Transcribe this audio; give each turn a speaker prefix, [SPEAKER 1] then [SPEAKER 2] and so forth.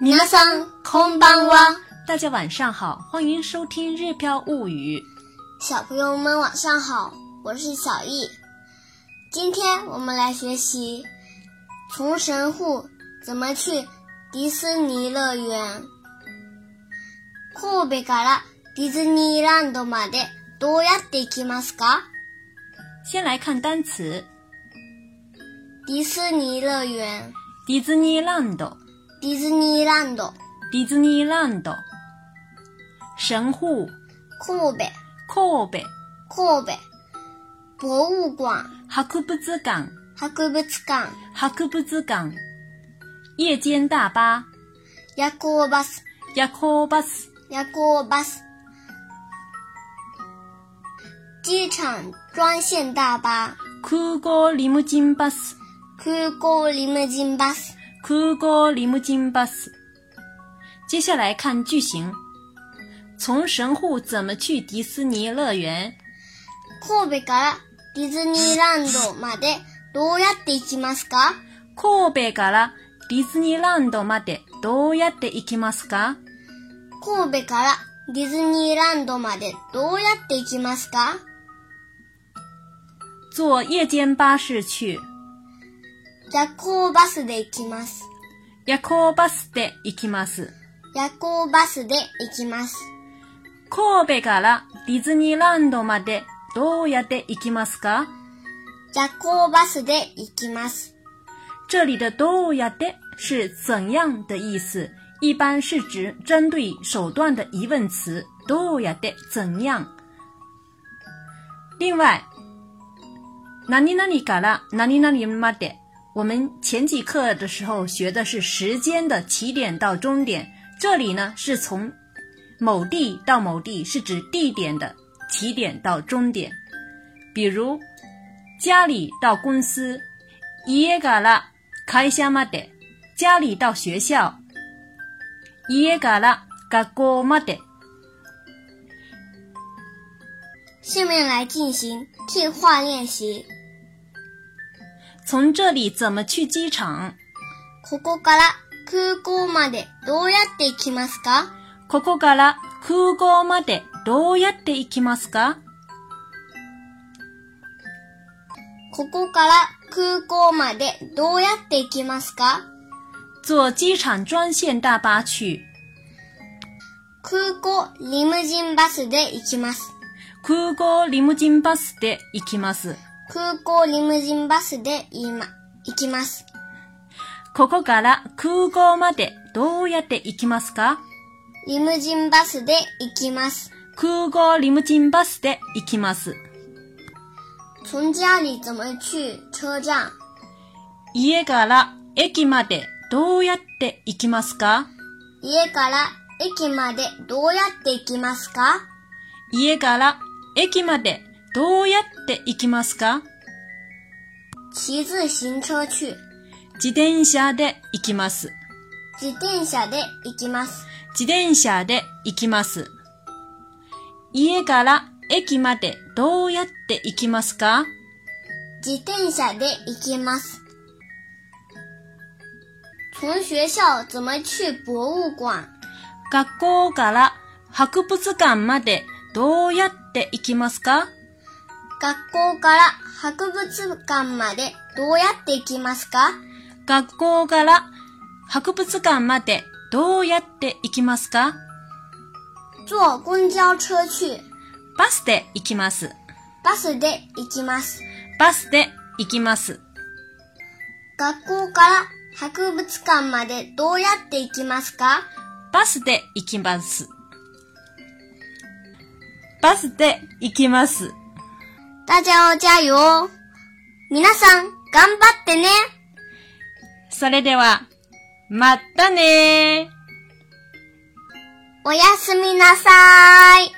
[SPEAKER 1] 皆さんこんばんは。
[SPEAKER 2] 大家晚上好，欢迎收听《日飘物语》。
[SPEAKER 1] 小朋友们晚上好，我是小易。今天我们来学习从神户怎么去迪士尼乐园。神戸からディズニーランドまでどうやって行きますか？
[SPEAKER 2] 先来看单词
[SPEAKER 1] 迪士尼乐园、
[SPEAKER 2] ：Disneyland、
[SPEAKER 1] ディズニーランド、
[SPEAKER 2] Disneyland、神户、
[SPEAKER 1] 神戸、
[SPEAKER 2] 神戸、
[SPEAKER 1] 神戸、博物馆、
[SPEAKER 2] 博物館、
[SPEAKER 1] 博物館、
[SPEAKER 2] 博物館、夜间大巴、
[SPEAKER 1] 夜行バス、
[SPEAKER 2] 夜行バス、
[SPEAKER 1] 夜行バス。机场专线大巴、
[SPEAKER 2] 空港リムジンバス、
[SPEAKER 1] 空港リムジンバス、
[SPEAKER 2] 空港リムジンバス。接下来看句型，从神户怎么去迪士尼乐园？
[SPEAKER 1] 神戸からディズニーランドまでどうやって行きますか
[SPEAKER 2] 神戸からディズニーランドまでどうやって行きますか
[SPEAKER 1] 神戸からディズニーランドまでどうやって行きますか
[SPEAKER 2] 坐夜间巴士去。
[SPEAKER 1] 夜行バスで行きます。
[SPEAKER 2] 夜行バスで行きます。
[SPEAKER 1] 夜行バスで行きます。
[SPEAKER 2] 神戸からディズニーランドまでどうやって行きますか
[SPEAKER 1] 夜行バスで行きます。
[SPEAKER 2] 这里的どうやって是怎样的意思，一般是指针对手段的疑问词どうやって怎样。另外，何々から何々まで，我们前几课的时候学的是时间的起点到终点，这里呢是从某地到某地，是指地点的起点到终点。比如，家里到公司，家から会社まで、家里到学校，家から学校まで。
[SPEAKER 1] 下面来进行替换练习。
[SPEAKER 2] 从这里怎么去机场？
[SPEAKER 1] ここから空港までどうやって行きますか
[SPEAKER 2] ここから空港までどうやって行きますか？
[SPEAKER 1] ここから空港までどうやって行きますか
[SPEAKER 2] 坐机场专线大巴去。
[SPEAKER 1] 空港リムジンバスで行きます。
[SPEAKER 2] 空港リムジンバスで行きます。
[SPEAKER 1] 空港リムジンバスで今行きます。
[SPEAKER 2] ここから空港までどうやって行きますか？
[SPEAKER 1] リムジンバスで行きます。
[SPEAKER 2] 空港リムジンバスで行きます。
[SPEAKER 1] 从家里怎么去车站？
[SPEAKER 2] 家から駅までどうやって行きますか
[SPEAKER 1] 家から駅までどうやって行きますか
[SPEAKER 2] 家から駅までどうやって行きますか
[SPEAKER 1] 骑自行车去。
[SPEAKER 2] 自転車で行きます。
[SPEAKER 1] 自転車で行きます。
[SPEAKER 2] 自転車で行きます。家から駅までどうやって行きますか
[SPEAKER 1] 自転車で行きます。从学校怎么去博物馆？
[SPEAKER 2] 学校から博物館までどうやって行きますか
[SPEAKER 1] 学校から博物館までどうやって行きますか
[SPEAKER 2] 学校から博物館までどうやって行きますか
[SPEAKER 1] 坐公交车去。
[SPEAKER 2] バスで行きます。
[SPEAKER 1] バスで行きます。
[SPEAKER 2] バスで行きます。
[SPEAKER 1] 学校から博物館までどうやって行きますか
[SPEAKER 2] バスで行きます。バスで行きます。
[SPEAKER 1] 大家要加油皆さん、頑張ってね
[SPEAKER 2] それでは、またねー。
[SPEAKER 1] おやすみなさーい